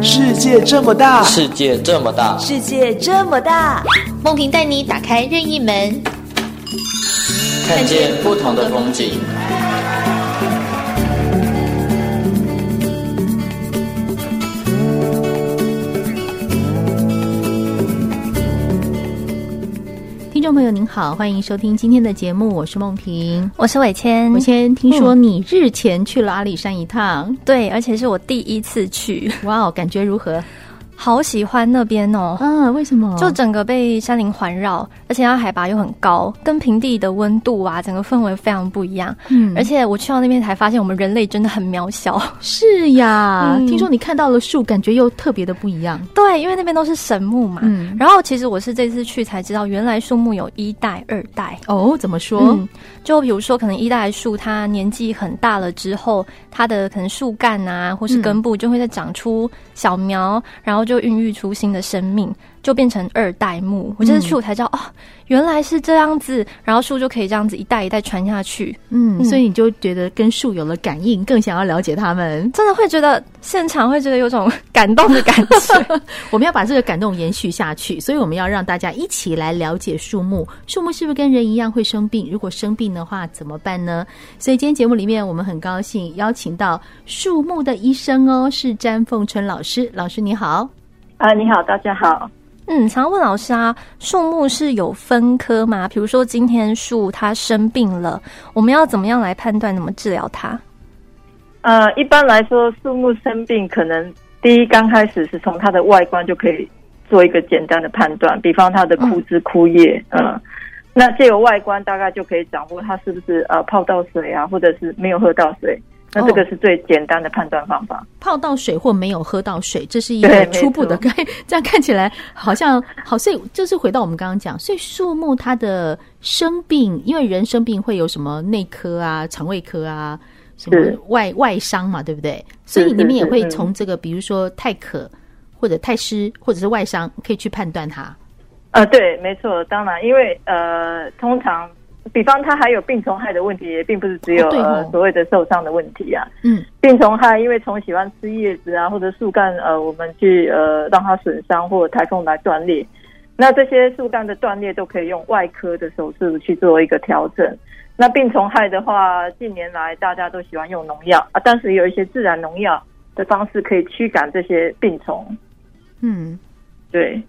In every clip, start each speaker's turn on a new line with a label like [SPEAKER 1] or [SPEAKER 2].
[SPEAKER 1] 世界这么大，
[SPEAKER 2] 世界这么大，
[SPEAKER 3] 世界这么大，
[SPEAKER 4] 梦萍带你打开任意门，
[SPEAKER 2] 看见不同的风景。
[SPEAKER 5] 听众朋友您好，欢迎收听今天的节目，我是梦萍。
[SPEAKER 6] 我是伟谦，
[SPEAKER 5] 我先听说你日前去了阿里山一趟，
[SPEAKER 6] 对，而且是我第一次去，
[SPEAKER 5] 哇哦，感觉如何？
[SPEAKER 6] 好喜欢那边哦，
[SPEAKER 5] 嗯，为什么？
[SPEAKER 6] 就整个被山林环绕，而且它海拔又很高，跟平地的温度啊，整个氛围非常不一样。
[SPEAKER 5] 嗯
[SPEAKER 6] 而且我去到那边才发现，我们人类真的很 渺小。
[SPEAKER 5] 是呀，
[SPEAKER 6] 嗯
[SPEAKER 5] 听说你看到了树，感觉又特别的不一样。
[SPEAKER 6] 对，因为那边都是神木嘛。
[SPEAKER 5] 嗯，
[SPEAKER 6] 然后其实我是这次去才知道，原来树木有一代、二代。
[SPEAKER 5] 哦，怎么说？
[SPEAKER 6] 嗯，就比如说，可能一代树它年纪很大了之后，它的可能树干啊，或是根部就会再长出小苗，然后就孕育出新的生命，就变成二代目。我这次去我才知道，哦，原来是这样子，然后树就可以这样子一代一代传下去，
[SPEAKER 5] 嗯，
[SPEAKER 6] 嗯
[SPEAKER 5] 所以你就觉得跟树有了感应，更想要了解他们。
[SPEAKER 6] 真的会觉得现场会觉得有种感动的感觉。
[SPEAKER 5] 我们要把这个感动延续下去，所以我们要让大家一起来了解树木。树木是不是跟人一样会生病？如果生病的话怎么办呢？所以今天节目里面，我们很高兴邀请到树木的医生哦，是詹凤春老师。老师你好，
[SPEAKER 7] 啊，你好，大家好。
[SPEAKER 6] 嗯，常问老师啊，树木是有分科吗？比如说今天树它生病了，我们要怎么样来判断怎么治疗它？
[SPEAKER 7] 呃，一般来说，树木生病可能第一刚开始是从它的外观就可以做一个简单的判断，比方它的枯枝枯叶，嗯、那借由外观大概就可以掌握它是不是呃泡到水啊，或者是没有喝到水。那这个是最简单的判断方法。
[SPEAKER 5] 泡到水或没有喝到水，这是一个
[SPEAKER 7] 对没
[SPEAKER 5] 初步的
[SPEAKER 7] 错
[SPEAKER 5] 概， 这样看起来好像好，所以就是回到我们刚刚讲，所以树木它的生病，因为人生病会有什么内科啊、肠胃科啊，什么
[SPEAKER 7] 是
[SPEAKER 5] 外外伤嘛，对不对？所以
[SPEAKER 7] 是
[SPEAKER 5] 你们也
[SPEAKER 7] 是
[SPEAKER 5] 会
[SPEAKER 7] 嗯
[SPEAKER 5] 从这个，比如说太渴或者太湿或者是外伤，可以去判断它。
[SPEAKER 7] 呃，对，没错，当然，因为呃，通常，比方它还有病虫害的问题，也并不是只有、
[SPEAKER 5] 哦对哦
[SPEAKER 7] 呃所谓的受伤的问题啊。
[SPEAKER 5] 嗯，
[SPEAKER 7] 病虫害，因为虫喜欢吃叶子啊，或者树干，呃，我们去呃让它损伤，或者台风来断裂。那这些树干的断裂都可以用外科的手术去做一个调整。那病虫害的话，近年来大家都喜欢用农药啊，但是有一些自然农药的方式可以驱赶这些病虫。
[SPEAKER 5] 嗯。
[SPEAKER 7] 对，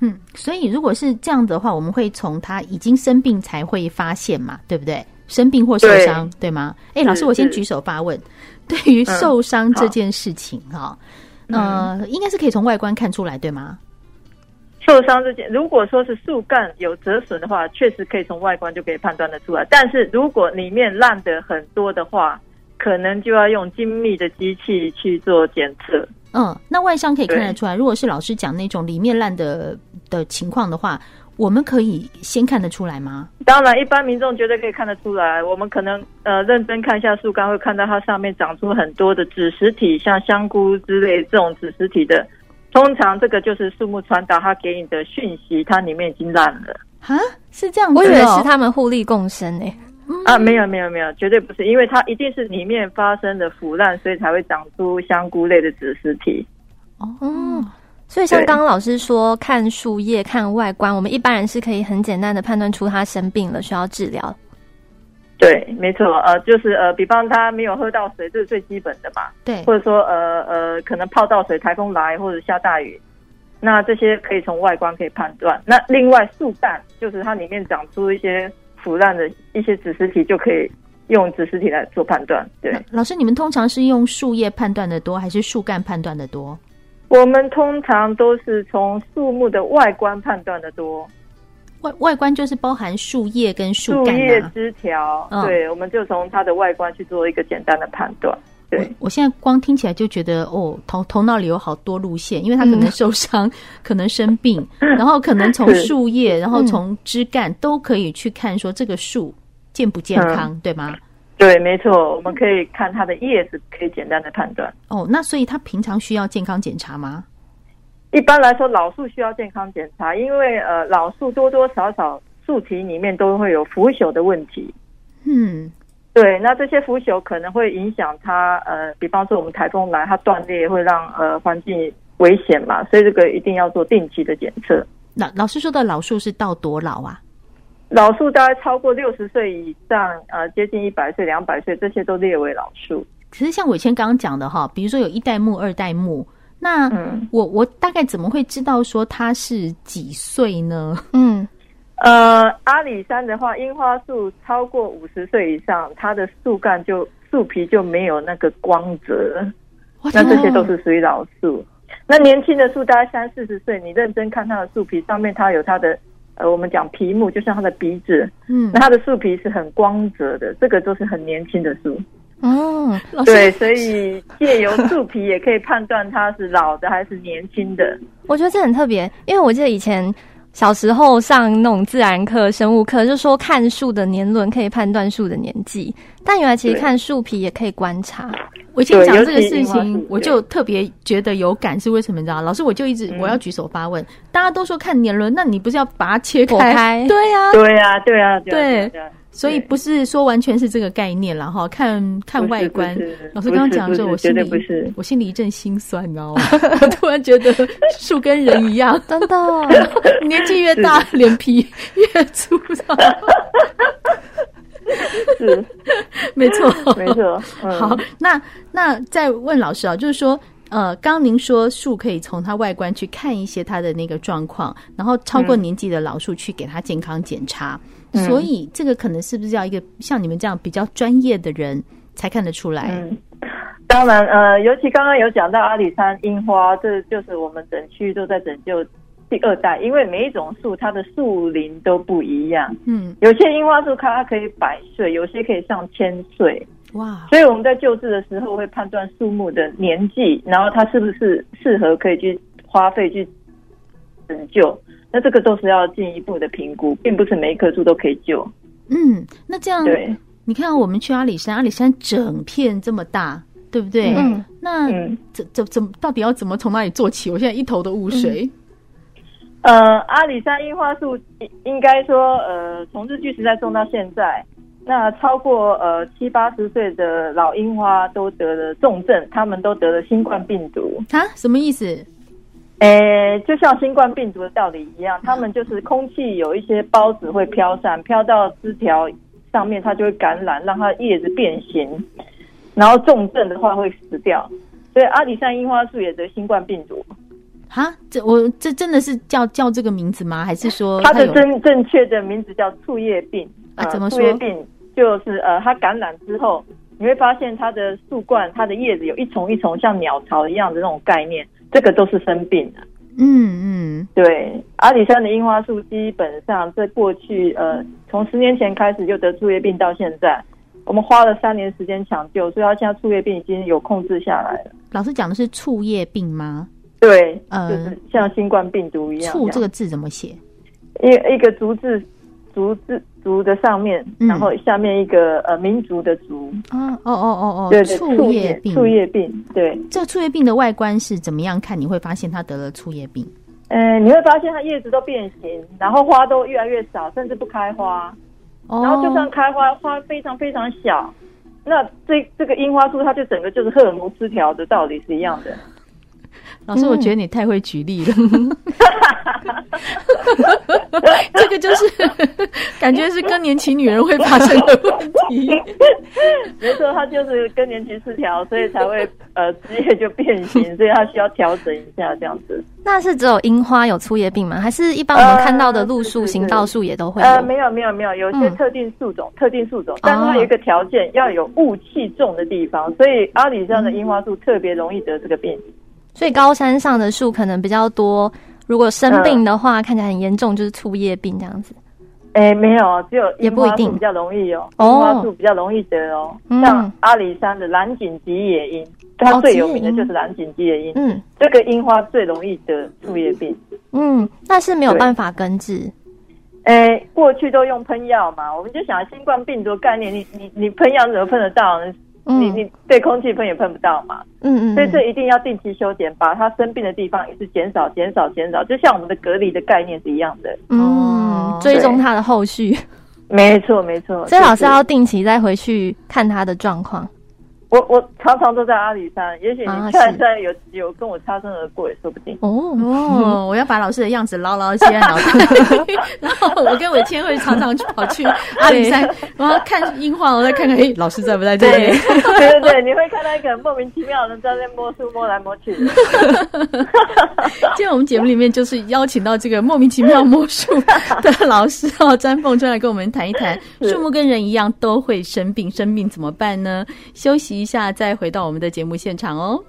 [SPEAKER 5] 嗯，所以如果是这样的话，我们会从他已经生病才会发现嘛，对不对？生病或受伤，对吗？哎，老师，
[SPEAKER 6] 嗯
[SPEAKER 7] 是
[SPEAKER 5] 我先
[SPEAKER 7] 是
[SPEAKER 5] 举手发问，对于
[SPEAKER 7] 嗯
[SPEAKER 5] 受伤这
[SPEAKER 7] 好
[SPEAKER 5] 件事情哈、
[SPEAKER 6] 嗯
[SPEAKER 5] 呃，应该是可以从外观看出来，对吗？
[SPEAKER 7] 受伤这件，如果说是树干有折损的话，确实可以从外观就可以判断得出来。但是如果里面烂的很多的话，可能就要用精密的机器去做检测。
[SPEAKER 5] 嗯，那外伤可以看得
[SPEAKER 7] 对
[SPEAKER 5] 出来。如果是老师讲那种里面烂的的情况的话，我们可以先看得出来吗？
[SPEAKER 7] 当然，一般民众绝对可以看得出来。我们可能呃认真看一下树干，会看到它上面长出很多的子实体，像香菇之类这种子实体的。通常这个就是树木传达它给你的讯息，它里面已经烂了。
[SPEAKER 5] 啊，是这样子、哦，
[SPEAKER 6] 我以为是他们互利共生呢、欸
[SPEAKER 7] 啊，没有没有没有，绝对不是，因为它一定是里面发生的腐烂，所以才会长出香菇类的子实体。
[SPEAKER 5] 哦，
[SPEAKER 6] 所以像
[SPEAKER 7] 对
[SPEAKER 6] 刚刚老师说，看树叶、看外观，我们一般人是可以很简单的判断出他生病了，需要治疗。
[SPEAKER 7] 对，没错，呃，就是呃，比方它没有喝到水，这是最基本的嘛，
[SPEAKER 5] 对，
[SPEAKER 7] 或者说呃呃，可能泡到水，台风来或者下大雨，那这些可以从外观可以判断。那另外树干就是它里面长出一些腐烂的一些子实体，就可以用子实体来做判断。对，
[SPEAKER 5] 那老师，你们通常是用树叶判断的多，还是树干判断的多？
[SPEAKER 7] 我们通常都是从树木的外观判断的多。
[SPEAKER 5] 外外观就是包含树叶跟树
[SPEAKER 7] 树
[SPEAKER 5] 干
[SPEAKER 7] 叶
[SPEAKER 5] 啊。
[SPEAKER 7] 枝条，
[SPEAKER 5] 嗯
[SPEAKER 7] 对，我们就从它的外观去做一个简单的判断。对，
[SPEAKER 5] 我现在光听起来就觉得哦，头头脑里有好多路线，因为它可能受伤， 可能生 病，然后可能从
[SPEAKER 7] 是
[SPEAKER 5] 树叶，然后从枝干都可以去看说这个树健不健康，
[SPEAKER 7] 嗯
[SPEAKER 5] 对吗？
[SPEAKER 7] 对，没错，我们可以看它的叶子，可以简单的判断。
[SPEAKER 5] 哦，那所以它平常需要健康检查吗？
[SPEAKER 7] 一般来说，老树需要健康检查，因为呃，老树多多少少树体里面都会有腐朽的问题。
[SPEAKER 5] 嗯，
[SPEAKER 7] 对，那这些腐朽可能会影响它，呃，比方说我们台风来，它断裂会让呃环境危险嘛，所以这个一定要做定期的检测。
[SPEAKER 5] 老老师说的老树是到多老啊？
[SPEAKER 7] 老树大概超过六十岁以上，呃，接近一百岁、两百岁，这些都列为老树。
[SPEAKER 5] 可是像我以前刚刚讲的哈，比如说有一代目、二代目，那
[SPEAKER 7] 嗯
[SPEAKER 5] 我我大概怎么会知道说他是几岁呢？
[SPEAKER 6] 嗯，
[SPEAKER 7] 呃，阿里山的话，樱花树超过五十岁以上，它的树干就树皮就没有那个光泽，
[SPEAKER 5] 哇
[SPEAKER 7] 那这些都是属于老树。那年轻的树大概三四十岁，你认真看它的树皮，上面它有它的呃，我们讲皮木，就像它的鼻子，
[SPEAKER 5] 嗯
[SPEAKER 7] 那，它的树皮是很光泽的，这个都是很年轻的树。
[SPEAKER 6] 哦，
[SPEAKER 5] 老师
[SPEAKER 7] 对，所以借由树皮也可以判断它是老的还是年轻的。
[SPEAKER 6] 我觉得这很特别，因为我记得以前小时候上那种自然课、生物课，就说看树的年轮可以判断树的年纪，但原来其实
[SPEAKER 7] 对
[SPEAKER 6] 看树皮也可以观察。
[SPEAKER 5] 我先讲这个
[SPEAKER 7] 对
[SPEAKER 5] 事
[SPEAKER 7] 尤其樱花
[SPEAKER 5] 情
[SPEAKER 7] 树，
[SPEAKER 5] 我就特别觉得有感，是为什么？你知道吗，老师我就一直
[SPEAKER 7] 嗯
[SPEAKER 5] 我要举手发问，大家都说看年轮，那你不是要把它切
[SPEAKER 6] 剖
[SPEAKER 5] 开？
[SPEAKER 6] 开
[SPEAKER 5] 对呀、
[SPEAKER 7] 对啊，对啊，对啊对啊
[SPEAKER 5] 对
[SPEAKER 7] 对啊。
[SPEAKER 5] 所以不是说完全是这个概念啦，哈，看看
[SPEAKER 7] 不是
[SPEAKER 5] 外观
[SPEAKER 7] 不是。
[SPEAKER 5] 老师刚刚讲的时候，我
[SPEAKER 7] 不是
[SPEAKER 5] 心里
[SPEAKER 7] 不是绝对不是
[SPEAKER 5] 我心里一阵心酸，你知道吗？ 我突然觉得树跟人一样，
[SPEAKER 6] 真的，
[SPEAKER 5] 年纪越大，脸皮越粗 糙。
[SPEAKER 7] 是
[SPEAKER 5] 没错，
[SPEAKER 7] 没。错。嗯、
[SPEAKER 5] 好，那那再问老师啊，就是说，呃，刚刚您说树可以从它外观去看一些它的那个状况，然后超过年纪的老树去给它健康检查，
[SPEAKER 7] 嗯
[SPEAKER 5] 所以这个可能是不是要一个像你们这样比较专业的人才看得出来？
[SPEAKER 7] 嗯，当然，呃，尤其刚刚有讲到阿里山樱花，这就是我们整区都在拯救第二代，因为每一种树它的树龄都不一样，
[SPEAKER 5] 嗯，
[SPEAKER 7] 有些樱花树它可以百岁，有些可以上千岁，
[SPEAKER 5] 哇，
[SPEAKER 7] 所以我们在救治的时候会判断树木的年纪，然后它是不是适合可以去花费去拯救。那这个都是要进一步的评估，并不是每一棵树都可以救。
[SPEAKER 5] 嗯，那这样，
[SPEAKER 7] 对，
[SPEAKER 5] 你看我们去阿里山，阿里山整片这么大，对不对？
[SPEAKER 6] 嗯，
[SPEAKER 5] 那
[SPEAKER 7] 嗯。
[SPEAKER 5] 怎怎怎么到底要怎么从那里做起？我现在一头的
[SPEAKER 7] 嗯
[SPEAKER 5] 雾水。
[SPEAKER 7] 呃，阿里山樱花树应应该说，呃，从日据时代种到现在，那超过呃七八十岁的老樱花都得了重症，他们都得了新冠病毒。
[SPEAKER 5] 啊，什么意思？
[SPEAKER 7] 诶，就像新冠病毒的道理一样，他们就是空气有一些孢子会飘散，飘到枝条上面，它就会感染，让它叶子变形，然后重症的话会死掉。所以阿里山樱花树也得新冠病毒。
[SPEAKER 5] 啊，这我这真的是叫叫这个名字吗？还是说
[SPEAKER 7] 它的
[SPEAKER 5] 哦有
[SPEAKER 7] 真正确的名字叫醋叶病呃
[SPEAKER 5] 啊怎么说
[SPEAKER 7] 醋叶病就是呃，它感染之后，你会发现它的树冠、它的叶子有一丛一丛像鸟巢一样的那种概念，这个都是生病的。
[SPEAKER 5] 嗯嗯
[SPEAKER 7] 对，阿里山的樱花树基本上在过去呃，从十年前开始就得树叶病到现在，我们花了三年时间抢救，所以它现在树叶病已经有控制下来了。
[SPEAKER 5] 老师讲的是醋叶病吗？
[SPEAKER 7] 对，
[SPEAKER 5] 嗯
[SPEAKER 7] 就是像新冠病毒一样，
[SPEAKER 5] 醋这个字怎么写？
[SPEAKER 7] 一一个竹字，竹字竹的上面，
[SPEAKER 5] 嗯
[SPEAKER 7] 然后下面一个呃民族的族，
[SPEAKER 6] 啊，
[SPEAKER 5] 哦哦哦
[SPEAKER 7] 对
[SPEAKER 5] 哦，
[SPEAKER 7] 对，
[SPEAKER 5] 醋
[SPEAKER 7] 醋
[SPEAKER 5] 叶
[SPEAKER 7] 叶
[SPEAKER 5] 病。
[SPEAKER 7] 醋叶病，对，
[SPEAKER 5] 这个醋叶病的外观是怎么样看？你会发现他得了醋叶病。
[SPEAKER 7] 嗯，你会发现它叶子都变形，然后花都越来越少，甚至不开花，
[SPEAKER 5] 哦，
[SPEAKER 7] 然后就算开花，花非常非常小。那这这个樱花树，它就整个就是荷尔蒙失调的道理是一样 的。
[SPEAKER 5] 老师，我
[SPEAKER 7] 嗯
[SPEAKER 5] 觉得你太会举 例了， 这个就是 感觉是更年期女人会发生的问题。
[SPEAKER 7] 没错，它就是更年期失调，所以才会呃枝叶就变形，所以它需要调整一下这样子。
[SPEAKER 6] 那是只有樱花有粗叶病吗？还是一般我们看到的路
[SPEAKER 7] 呃
[SPEAKER 6] 树、
[SPEAKER 7] 是是
[SPEAKER 6] 行道树也都会
[SPEAKER 7] 呃，
[SPEAKER 6] 有？
[SPEAKER 7] 没有没有没有，有些
[SPEAKER 6] 嗯
[SPEAKER 7] 特定树种，特定树种，但是它有一个条件，要有雾气重的地方，所以阿里
[SPEAKER 6] 嗯
[SPEAKER 7] 山的樱花树特别容易得这个病。
[SPEAKER 6] 所以高山上的树可能比较多。如果生
[SPEAKER 7] 嗯
[SPEAKER 6] 病的话，看起来很严重，就是粗叶病这样子。
[SPEAKER 7] 哎、没有，只有
[SPEAKER 6] 也
[SPEAKER 7] 樱
[SPEAKER 6] 不一
[SPEAKER 7] 花
[SPEAKER 6] 定
[SPEAKER 7] 树比较容易哦，
[SPEAKER 6] 哦
[SPEAKER 7] 樱花树比较容易得哦。
[SPEAKER 6] 嗯
[SPEAKER 7] 像阿里山的蓝颈吉野樱，它
[SPEAKER 6] 哦
[SPEAKER 7] 最有名的
[SPEAKER 6] 吉野
[SPEAKER 7] 就
[SPEAKER 6] 樱
[SPEAKER 7] 是蓝颈吉野樱，
[SPEAKER 6] 嗯
[SPEAKER 7] 这个樱花最容易得树叶病。
[SPEAKER 6] 嗯，但是没有
[SPEAKER 7] 对
[SPEAKER 6] 办法根治。
[SPEAKER 7] 诶、哎过去都用喷药嘛，我们就想新冠病毒概念，你你你喷药怎么喷得到呢？
[SPEAKER 6] 嗯
[SPEAKER 7] 你你对空气喷也喷不到嘛。
[SPEAKER 6] 嗯嗯，
[SPEAKER 7] 所以这一定要定期修剪，把它生病的地方也是减少、减少、减少，就像我们的隔离的概念是一样的。
[SPEAKER 5] 哦
[SPEAKER 6] 嗯，追踪它的后续。
[SPEAKER 7] 没错，没错。
[SPEAKER 6] 所以老师
[SPEAKER 7] 就是
[SPEAKER 6] 要定期再回去看它的状况。
[SPEAKER 7] 我我常常都在阿里山，也许
[SPEAKER 6] 啊
[SPEAKER 7] 你看
[SPEAKER 6] 是
[SPEAKER 7] 在有有跟我擦身而过也说不定。
[SPEAKER 6] 哦，
[SPEAKER 5] 哦，我要把老师的样子牢牢地记在脑袋里。然后我跟伟谦会常常去跑去阿里山，然后看樱花，我再看看，哎，老师在不在这里？
[SPEAKER 7] 对对对，你会看到一个莫名其妙的人在那摸树摸来摸 去。
[SPEAKER 5] 今天我们节目里面就是邀请到这个莫名其妙魔术的老师哦，詹凤川来跟我们谈一谈，
[SPEAKER 7] 是
[SPEAKER 5] 树木跟人一样都会生病，生病怎么办呢？休息一下，再回到我们的节目现场哦。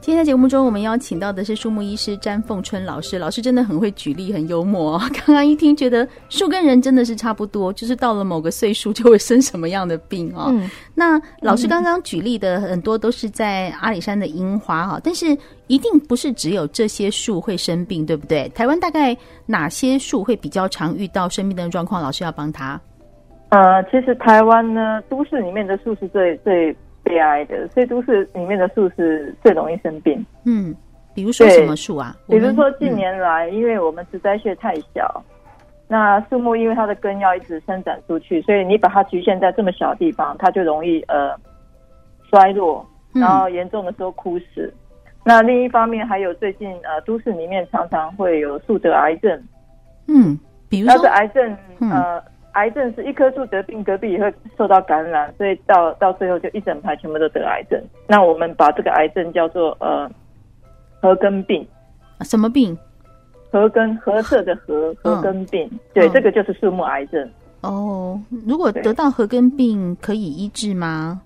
[SPEAKER 5] 今天在节目中，我们邀请到的是树木医师詹凤春老师。老师真的很会举例，很幽默、哦。刚刚一听，觉得树跟人真的是差不多，就是到了某个岁数就会生什么样的病哦。
[SPEAKER 6] 嗯，
[SPEAKER 5] 那老师刚刚举例的很多都是在阿里山的樱花哈、但是一定不是只有这些树会生病，对不对？台湾大概哪些树会比较常遇到生病的状况？老师要帮他。
[SPEAKER 7] 呃，其实台湾呢，都市里面的树是最最悲哀的，所以都市里面的树是最容易生病。
[SPEAKER 5] 嗯，比如说
[SPEAKER 7] 对
[SPEAKER 5] 什么树啊？
[SPEAKER 7] 比
[SPEAKER 5] 我
[SPEAKER 7] 如
[SPEAKER 5] 们
[SPEAKER 7] 说近、年来，因为我们植栽穴太小，那树木因为它的根要一直伸展出去，所以你把它局限在这么小的地方，它就容易呃衰落，
[SPEAKER 5] 嗯
[SPEAKER 7] 然后严重的时候枯死。那另一方面，还有最近呃都市里面常常会有树得癌症，
[SPEAKER 5] 嗯嗯，比如
[SPEAKER 7] 那是
[SPEAKER 5] 说
[SPEAKER 7] 癌症，
[SPEAKER 5] 嗯
[SPEAKER 7] 呃，癌症是一棵树得病，隔壁也会受到感染，所以到到最后就一整排全部都得癌症。那我们把这个癌症叫做呃合根病，
[SPEAKER 5] 什么病？
[SPEAKER 7] 合根合色的合
[SPEAKER 5] 嗯
[SPEAKER 7] 合根病，对，
[SPEAKER 5] 嗯
[SPEAKER 7] 这个就是树木癌症，
[SPEAKER 5] 哦，如果
[SPEAKER 7] 对
[SPEAKER 5] 得到合根病可以医治吗？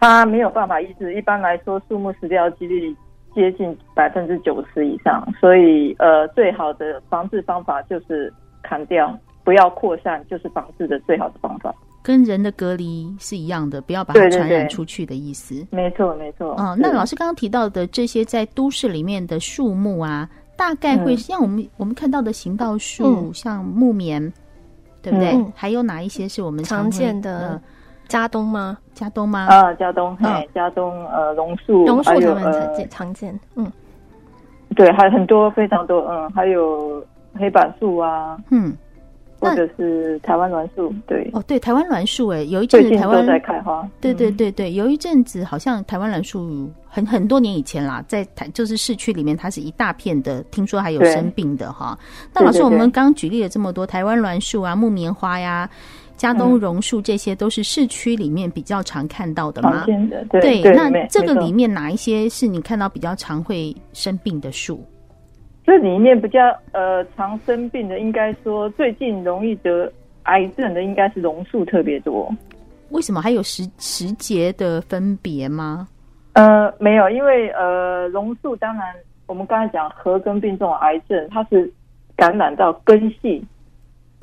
[SPEAKER 7] 它没有办法医治。一般来说，树木死掉几率。接近百分之九十以上，所以呃，最好的防治方法就是砍掉，不要扩散，就是防治的最好的方法。
[SPEAKER 5] 跟人的隔离是一样的，不要把它
[SPEAKER 7] 对对
[SPEAKER 5] 传染
[SPEAKER 7] 对
[SPEAKER 5] 出去的意思。
[SPEAKER 7] 没错，没错。
[SPEAKER 5] 哦，那
[SPEAKER 7] 对
[SPEAKER 5] 老师刚刚提到的这些在都市里面的树木啊，大概会
[SPEAKER 7] 嗯
[SPEAKER 5] 像我们、我们看到的行道树，
[SPEAKER 6] 嗯
[SPEAKER 5] 像木棉，对不对？
[SPEAKER 6] 嗯
[SPEAKER 5] 还有哪一些是我们
[SPEAKER 6] 常
[SPEAKER 5] 会
[SPEAKER 6] 见的
[SPEAKER 7] 嗯
[SPEAKER 5] 呃
[SPEAKER 6] 加东吗？
[SPEAKER 5] 加东吗？
[SPEAKER 7] 啊，加东，嘿
[SPEAKER 5] 嗯，
[SPEAKER 7] 加东，呃，榕树，
[SPEAKER 6] 榕树
[SPEAKER 7] 还有
[SPEAKER 6] 他们常
[SPEAKER 7] 呃，
[SPEAKER 6] 见常见，嗯，
[SPEAKER 7] 对，还有很多非常多，嗯，还有黑板树啊，
[SPEAKER 5] 嗯，
[SPEAKER 7] 或
[SPEAKER 5] 那
[SPEAKER 7] 者是台湾栾树，对，
[SPEAKER 5] 哦，对，台湾栾树，哎，有一阵
[SPEAKER 7] 最
[SPEAKER 5] 子
[SPEAKER 7] 近
[SPEAKER 5] 台
[SPEAKER 7] 都
[SPEAKER 5] 湾
[SPEAKER 7] 在开花，
[SPEAKER 5] 对
[SPEAKER 7] 嗯
[SPEAKER 5] 对，对对，有一阵子好像台湾栾树很很多年以前啦，在台就是市区里面，它是一大片的，听说还有
[SPEAKER 7] 对
[SPEAKER 5] 生病的哈。那
[SPEAKER 7] 对
[SPEAKER 5] 老师，
[SPEAKER 7] 对
[SPEAKER 5] 我
[SPEAKER 7] 对
[SPEAKER 5] 们刚举例了这么多，台湾栾树啊、木棉花呀、加
[SPEAKER 7] 嗯
[SPEAKER 5] 东榕树，这些都是市区里面比较常看到的
[SPEAKER 7] 常
[SPEAKER 5] 吗？
[SPEAKER 7] 见的，对
[SPEAKER 5] 对，
[SPEAKER 7] 对，
[SPEAKER 5] 那
[SPEAKER 7] 没
[SPEAKER 5] 这个
[SPEAKER 7] 没错
[SPEAKER 5] 里面哪一些是你看到比较常会生病的树？
[SPEAKER 7] 这里面比较呃常生病的，应该说最近容易得癌症的，应该是榕树特别多。
[SPEAKER 5] 为什么还有时时节的分别吗？
[SPEAKER 7] 呃，没有，因为呃，榕树当然，我们刚才讲核根病这种癌症，它是感染到根系，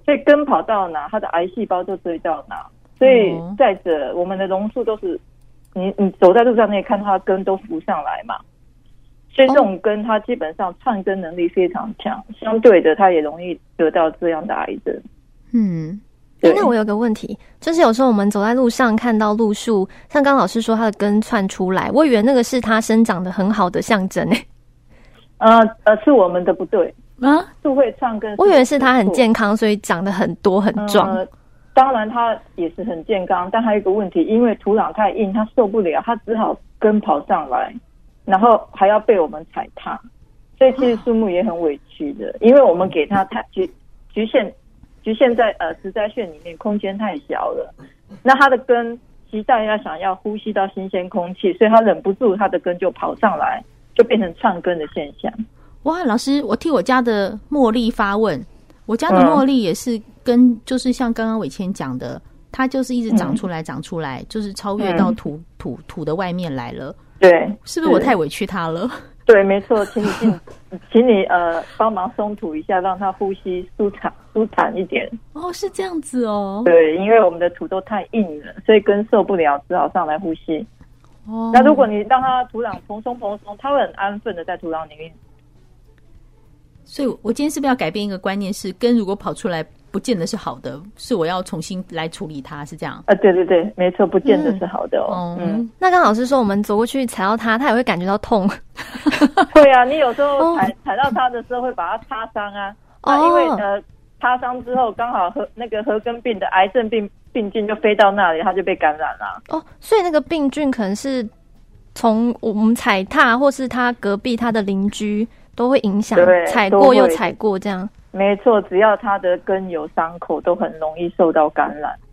[SPEAKER 7] 所以根跑到哪，它的癌细胞就追到哪。所以
[SPEAKER 5] 哦
[SPEAKER 7] 再者，我们的榕树都是你你走在路上，你也看它的根都浮上来嘛。所以这种根，它基本上串根能力非常强，相对的，它也容易得到这样的癌症。
[SPEAKER 5] 嗯，
[SPEAKER 7] 对，
[SPEAKER 6] 那我有个问题，就是有时候我们走在路上看到路树，像刚刚老师说它的根窜出来，我以为那个是它生长的很好的象征诶、
[SPEAKER 7] 呃呃，是我们的不对，
[SPEAKER 5] 啊，
[SPEAKER 7] 树会串根。
[SPEAKER 6] 我以为是它很
[SPEAKER 7] 健。
[SPEAKER 6] 健康，所以长得很多很壮。
[SPEAKER 7] 呃当然，它也是很健康，但还有一个问题，因为土壤太硬，它受不了，它只好跟跑上来，然后还要被我们踩踏。所以其实树木也很委屈的，因为我们给它太局局限局限在呃植栽穴里面，空间太小了。那它的根期待要想要呼吸到新鲜空气，所以它忍不住，它的根就跑上来，就变成串根的现象。
[SPEAKER 5] 哇，老师，我替我家的茉莉发问，我家的
[SPEAKER 7] 嗯
[SPEAKER 5] 茉莉也是跟、就是像刚刚伟谦讲的，它就是一直长出来，长出来，就是超越到
[SPEAKER 7] 嗯
[SPEAKER 5] 土、土土的外面来了，
[SPEAKER 7] 对，
[SPEAKER 5] 是不是我
[SPEAKER 7] 是
[SPEAKER 5] 太委屈它了？
[SPEAKER 7] 对，没错，请你进，请你呃帮忙松土一下，让它呼吸舒坦舒坦一点。
[SPEAKER 5] 哦，是这样子哦，
[SPEAKER 7] 对，因为我们的土都太硬了，所以根受不了，只好上来呼吸。
[SPEAKER 5] 哦，
[SPEAKER 7] 那如果你让它土壤蓬松蓬松，它会很安分的在土壤里面。
[SPEAKER 5] 所以，我今天是不是要改变一个观念是，根如果跑出来，不不见得是好的，是我要重新来处理它，是这样。
[SPEAKER 7] 啊，对对对，没错，不见得是好的哦。嗯，
[SPEAKER 5] 嗯，
[SPEAKER 6] 那刚好是说我们走过去踩到它，它也会感觉到痛。
[SPEAKER 7] 对啊，你有时候
[SPEAKER 6] 哦
[SPEAKER 7] 踩踩到它的时候会把它擦伤啊，啊，因为
[SPEAKER 6] 哦
[SPEAKER 7] 呃擦伤之后刚好和那个核根病的癌症病病菌就飞到那里，它就被感染了。
[SPEAKER 6] 哦，所以那个病菌可能是从我们踩踏，或是它隔壁它的邻居都会影响
[SPEAKER 7] 对，
[SPEAKER 6] 踩
[SPEAKER 7] 都
[SPEAKER 6] 过
[SPEAKER 7] 会
[SPEAKER 6] 又踩过这样。
[SPEAKER 7] 没错，只要它的根有伤口，都很容易受到感染。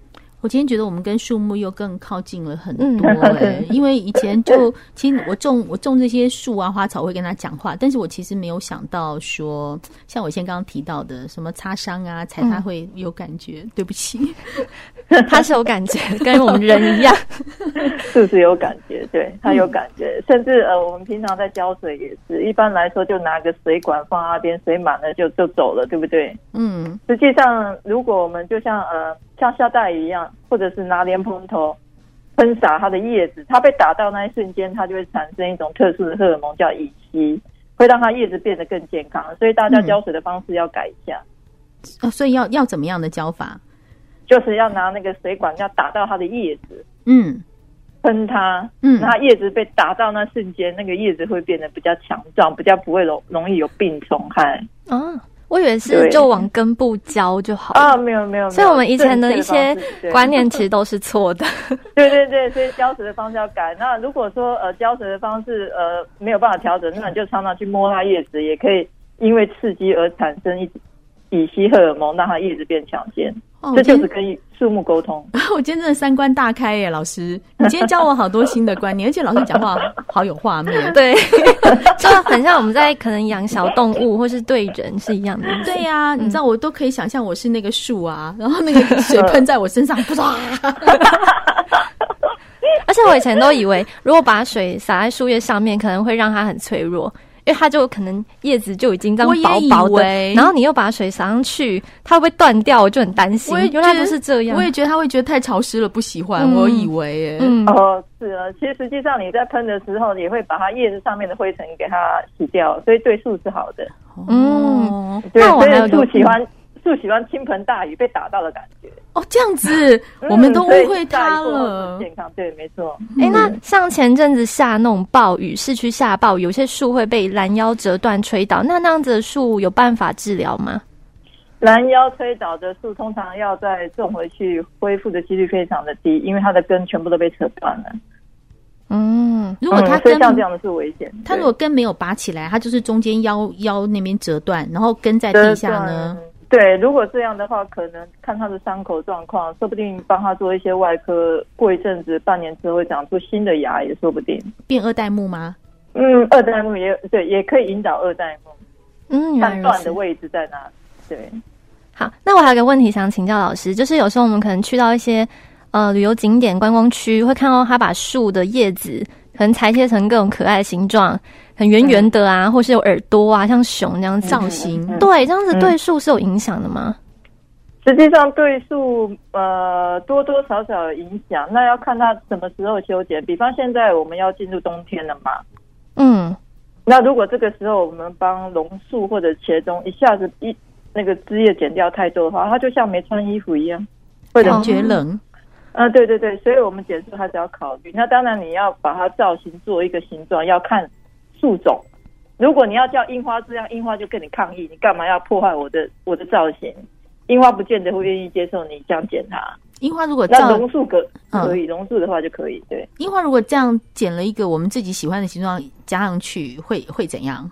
[SPEAKER 5] 我今天觉得我们跟树木又更靠近了很
[SPEAKER 6] 嗯
[SPEAKER 5] 多、欸，因为以前就其实我种我种这些树啊花草我会跟他讲话，但是我其实没有想到说，像我先刚刚提到的什么擦伤啊，踩
[SPEAKER 7] 嗯
[SPEAKER 5] 它会有感觉。对不起，
[SPEAKER 6] 它是有感觉，跟我们人一样。
[SPEAKER 7] 是是有感觉，对它有感觉，甚至呃，我们平常在浇水也是，一般来说就拿个水管放那边，水满了就就走了，对不对？
[SPEAKER 5] 嗯，
[SPEAKER 7] 实际上，如果我们就像呃像下大雨一样，或者是拿莲蓬头喷洒它的叶子，它被打到那一瞬间，它就会产生一种特殊的荷尔蒙叫乙烯，会让它叶子变得更健康。所以大家
[SPEAKER 5] 嗯
[SPEAKER 7] 浇水的方式要改一下，
[SPEAKER 5] 哦所以要要怎么样的教法？
[SPEAKER 7] 就是要拿那个水管要打到它的叶子。
[SPEAKER 5] 嗯
[SPEAKER 7] 喷它，
[SPEAKER 5] 嗯
[SPEAKER 7] 那它叶子被打到那瞬间，那个叶子会变得比较强壮，比较不会容容易有病虫害
[SPEAKER 6] 啊，我以为是
[SPEAKER 7] 对
[SPEAKER 6] 就往根部浇就好了。
[SPEAKER 7] 啊！没有没有，没有
[SPEAKER 6] 所以我们以前的一些
[SPEAKER 7] 正确方式对
[SPEAKER 6] 观念其实都是错的。
[SPEAKER 7] 对对对，所以浇水的方式要改。那如果说呃浇水的方式呃没有办法调整，那你就常常去摸它叶子，也可以因为刺激而产生一乙烯荷尔蒙，让它叶子变强健。
[SPEAKER 5] 哦，我
[SPEAKER 7] 这就
[SPEAKER 5] 今
[SPEAKER 7] 是
[SPEAKER 5] 天
[SPEAKER 7] 跟树木 沟通。
[SPEAKER 5] 我今天真的三观大开耶，老师，你今天教我好多新的观念，而且老师讲话好有画面。
[SPEAKER 6] 对， 就很像我们在可能养小动物或是对人是一样的意思。
[SPEAKER 5] 对呀、你
[SPEAKER 7] 嗯
[SPEAKER 5] 知道我都可以想象我是那个树啊，然后那个水喷在我身 上，不啊
[SPEAKER 6] 而且我以前都以为，如果把水洒在树叶上面，可能会让它很脆弱，因为它就可能叶子就已经这
[SPEAKER 5] 我
[SPEAKER 6] 样
[SPEAKER 5] 也
[SPEAKER 6] 薄薄
[SPEAKER 5] 以
[SPEAKER 6] 的
[SPEAKER 5] 为，
[SPEAKER 6] 然后你又把水洒上去，它会不会断掉？我就很担心
[SPEAKER 5] 我也。
[SPEAKER 6] 原来
[SPEAKER 5] 觉得
[SPEAKER 6] 不是这样
[SPEAKER 5] 我。也觉得他会觉得太潮湿了，不喜欢。
[SPEAKER 6] 嗯
[SPEAKER 5] 我以为、哎，
[SPEAKER 6] 嗯，
[SPEAKER 7] 哦，是啊，其实实际上你在喷的时候，也会把它叶子上面的灰尘给它洗掉，所以对树是好的。
[SPEAKER 6] 嗯
[SPEAKER 5] 哦
[SPEAKER 7] 对，
[SPEAKER 6] 那我
[SPEAKER 7] 所
[SPEAKER 6] 还有
[SPEAKER 7] 以
[SPEAKER 6] 一个
[SPEAKER 7] 树喜欢树喜欢倾盆大雨被打到的感觉。
[SPEAKER 5] 哦，这样子，我们都误
[SPEAKER 7] 嗯所以
[SPEAKER 5] 会
[SPEAKER 7] 下
[SPEAKER 5] 他
[SPEAKER 7] 一步
[SPEAKER 5] 了
[SPEAKER 7] 是。健康对，没错。
[SPEAKER 6] 哎、那像前阵子下那种暴雨，市区下暴雨，有些树会被拦腰折断、吹倒，那那样子的树有办法治疗吗？
[SPEAKER 7] 拦腰推倒的树，通常要再种回去，恢复的几率非常的低，因为它的根全部都被扯断了。
[SPEAKER 6] 嗯，
[SPEAKER 5] 如果他
[SPEAKER 7] 嗯、所以
[SPEAKER 5] 根、
[SPEAKER 7] 像这样的是危险。
[SPEAKER 5] 他如
[SPEAKER 7] 对
[SPEAKER 5] 果根没有拔起来，他就是中间腰腰那边折断，然后根在地下呢。？
[SPEAKER 7] 折断对，如果这样的话，可能看他的伤口状况，说不定帮他做一些外科，过一阵子、半年之后会长出新的牙，也说不定。
[SPEAKER 5] 变二代目吗？
[SPEAKER 7] 嗯，二代目也对，也可以引导二代目，
[SPEAKER 6] 嗯，原来
[SPEAKER 7] 判
[SPEAKER 6] 如
[SPEAKER 7] 断的
[SPEAKER 6] 此。
[SPEAKER 7] 位置在哪里？对，
[SPEAKER 6] 好，那我还有个问题想请教老师，就是有时候我们可能去到一些呃旅游景点、观光区，会看到他把树的叶子可能裁切成各种可爱的形状，很圆圆的啊，或是有耳朵啊，像熊那样子
[SPEAKER 5] 造型
[SPEAKER 7] 嗯
[SPEAKER 6] 对，这样子对树是有影响的吗？
[SPEAKER 7] 实际上对树呃多多少少有影响，那要看它什么时候修剪。比方现在我们要进入冬天了嘛，
[SPEAKER 6] 嗯，
[SPEAKER 7] 那如果这个时候我们帮榕树或者茄棕一下子一那个枝叶剪掉太多的话，它就像没穿衣服一样，会冷
[SPEAKER 5] 感。觉冷，
[SPEAKER 7] 嗯、对对对，所以我们剪树还是要考虑。那当然你要把它造型做一个形状，要看树种。如果你要叫樱花这样，樱花就跟你抗议，你干嘛要破坏我的 我的造型？樱花不见得会愿意接受你这样剪它。
[SPEAKER 5] 樱花如果
[SPEAKER 7] 那
[SPEAKER 5] 造
[SPEAKER 7] 榕树可
[SPEAKER 5] 嗯
[SPEAKER 7] 可以，榕树的话就可以，对。
[SPEAKER 5] 樱花如果这样剪了一个我们自己喜欢的形状加上去，会会怎样？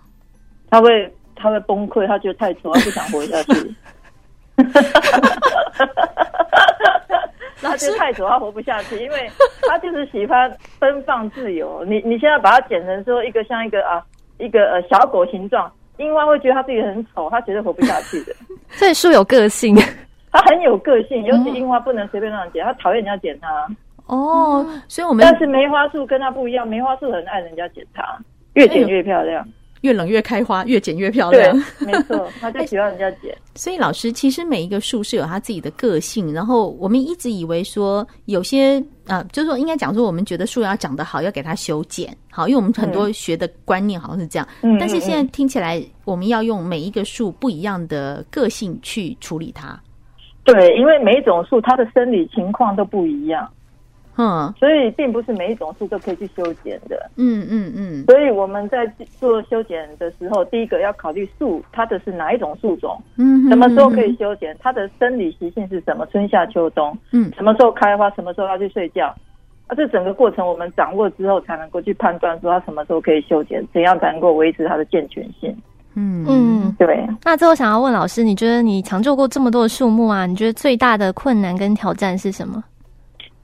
[SPEAKER 7] 他会他会崩溃，他觉得太丑，他不想活 下去。他觉得太丑，他活不下去，因为他就是喜欢奔放自由。你你现在把它剪成说一个像一个啊一个呃小狗形状，樱花会觉得他自己很丑，他绝对活不下去的。
[SPEAKER 6] 所以树有个性。
[SPEAKER 7] 他很有个
[SPEAKER 5] 嗯
[SPEAKER 7] 性，尤其樱花不能随便乱剪，他讨厌人家剪他。
[SPEAKER 5] 哦，所以我们
[SPEAKER 7] 但是梅花树跟他不一样，梅花树很爱人家剪它，越
[SPEAKER 5] 哎
[SPEAKER 7] 剪越漂亮。
[SPEAKER 5] 越冷越开花，越剪越漂
[SPEAKER 7] 对
[SPEAKER 5] 亮。，
[SPEAKER 7] 没错，他就喜欢人家剪。
[SPEAKER 5] 所以老师，其实每一个树是有它自己的个性，然后我们一直以为说有些呃，就是说应该讲说，我们觉得树要长得好，要给它修剪好，因为我们很多学的观念好像是这样。
[SPEAKER 7] 嗯
[SPEAKER 5] 但是
[SPEAKER 7] 嗯
[SPEAKER 5] 现在听起来，我们要用每一个树不一样的个性去处理它。
[SPEAKER 7] 对，因为每一种树它的生理情况都不一样，
[SPEAKER 5] 嗯
[SPEAKER 7] 所以并不是每一种树都可以去修剪的。
[SPEAKER 5] 嗯嗯嗯，
[SPEAKER 7] 所以我们在做修剪的时候，第一个要考虑树它的是哪一种树种，
[SPEAKER 5] 嗯，
[SPEAKER 7] 什么时候可以修剪，它的生理习性是什么，春夏秋冬，
[SPEAKER 5] 嗯
[SPEAKER 7] 什么时候开花，什么时候要去睡觉。啊，这整个过程我们掌握之后，才能够去判断说它什么时候可以修剪，怎样才能够维持它的健全性。
[SPEAKER 5] 嗯嗯
[SPEAKER 6] 嗯，
[SPEAKER 7] 对，
[SPEAKER 6] 那最后想要问老师，你觉得你抢救过这么多的树木啊，你觉得最大的困难跟挑战是什么？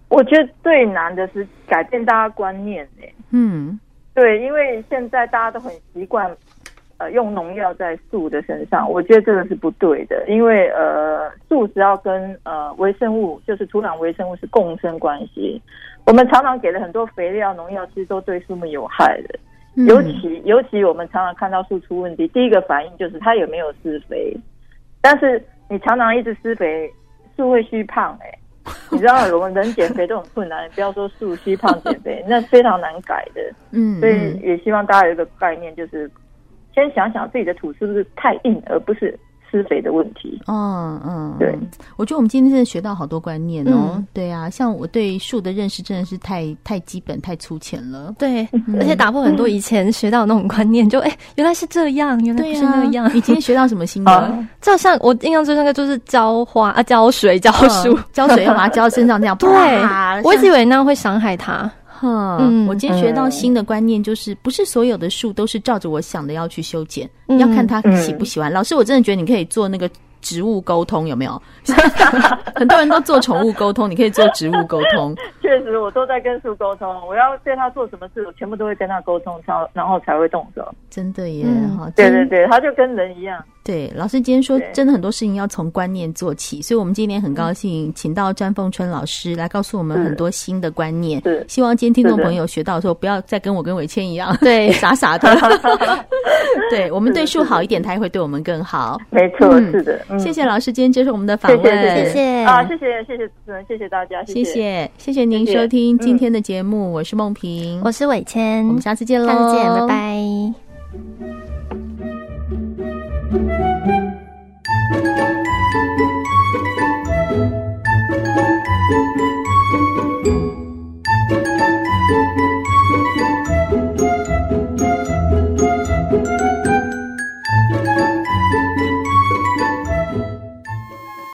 [SPEAKER 7] 我觉得最难的是改变大家观念、欸、
[SPEAKER 5] 嗯
[SPEAKER 7] 对，因为现在大家都很习惯，呃，用农药在树的身上，我觉得这个是不对的，因为呃，树只要跟呃微生物，就是土壤微生物是共生关系。我们常常给的很多肥料、农药，其实都对树木有害的。
[SPEAKER 5] 嗯，
[SPEAKER 7] 尤其尤其我们常常看到树出问题，第一个反应就是它有没有施肥，但是你常常一直施肥，树会虚胖哎、你知道我们人减肥都很困难，不要说树虚胖减肥，那非常难改的。
[SPEAKER 5] 嗯，
[SPEAKER 7] 所以也希望大家有一个概念，就是先想想自己的土是不是太硬，而不是施肥的问题。
[SPEAKER 5] 嗯嗯，
[SPEAKER 7] 对，
[SPEAKER 5] 我觉得我们今天真的学到好多观念哦。
[SPEAKER 6] 嗯
[SPEAKER 5] 对啊，像我对树的认识真的是太太基本、太粗浅了。
[SPEAKER 6] 对，而
[SPEAKER 7] 嗯
[SPEAKER 6] 且打破很多以前学到的那种观念，就哎、原来是这样，原来不
[SPEAKER 5] 对
[SPEAKER 6] 是
[SPEAKER 5] 啊
[SPEAKER 6] 那样。，
[SPEAKER 5] 你今天学到什么新的？
[SPEAKER 7] 啊
[SPEAKER 6] 就像我印象最深刻就是浇花啊，浇水、浇树。
[SPEAKER 5] 嗯浇水要 把它浇到身 上，这样
[SPEAKER 6] 对
[SPEAKER 5] 啪，
[SPEAKER 6] 我一直以
[SPEAKER 5] 像
[SPEAKER 6] 为那样会伤害它。
[SPEAKER 5] 嗯，
[SPEAKER 6] 嗯
[SPEAKER 5] 我今天学到新的观念，就是不是所有的树都是照着我想的要去修剪，
[SPEAKER 6] 嗯
[SPEAKER 5] 要看他喜不喜欢。老师，我真的觉得你可以做那个植物沟通， 有没有？很多人都做宠物沟通，你可以做植物沟通。
[SPEAKER 7] 确实，我都在跟树沟通，我要对它做什么事，我全部都会跟它沟通，然后然后才会动手。
[SPEAKER 5] 真的耶，
[SPEAKER 6] 嗯
[SPEAKER 5] 哈、
[SPEAKER 7] 对
[SPEAKER 5] 真
[SPEAKER 7] 对对，它就跟人一样。
[SPEAKER 5] 对，老师今天说
[SPEAKER 7] 对，
[SPEAKER 5] 真的很多事情要从观念做起，所以我们今天很高兴请到詹凤春老师来告诉我们
[SPEAKER 7] 是
[SPEAKER 5] 很多新的观念
[SPEAKER 7] 是。
[SPEAKER 5] 希望今天听众
[SPEAKER 7] 是的
[SPEAKER 5] 朋友学到的时候，不要再跟我跟伟倩一样
[SPEAKER 6] 对，
[SPEAKER 5] 傻傻 的。对我们对树好一点，他也会对我们更好。
[SPEAKER 7] 没错，
[SPEAKER 5] 嗯
[SPEAKER 7] 是的。嗯
[SPEAKER 5] 谢谢老师今天接受我们的访
[SPEAKER 7] 谢
[SPEAKER 5] 问，
[SPEAKER 7] 谢谢
[SPEAKER 6] 谢
[SPEAKER 7] 啊，谢谢谢谢主持人，谢谢大家，
[SPEAKER 5] 谢
[SPEAKER 7] 谢。
[SPEAKER 5] 谢谢谢您
[SPEAKER 7] 谢谢
[SPEAKER 5] 收听今
[SPEAKER 7] 嗯
[SPEAKER 5] 天的节目，我是梦萍，
[SPEAKER 6] 我是伟谦
[SPEAKER 5] 我，们下次见喽，
[SPEAKER 6] 下次见，拜。拜。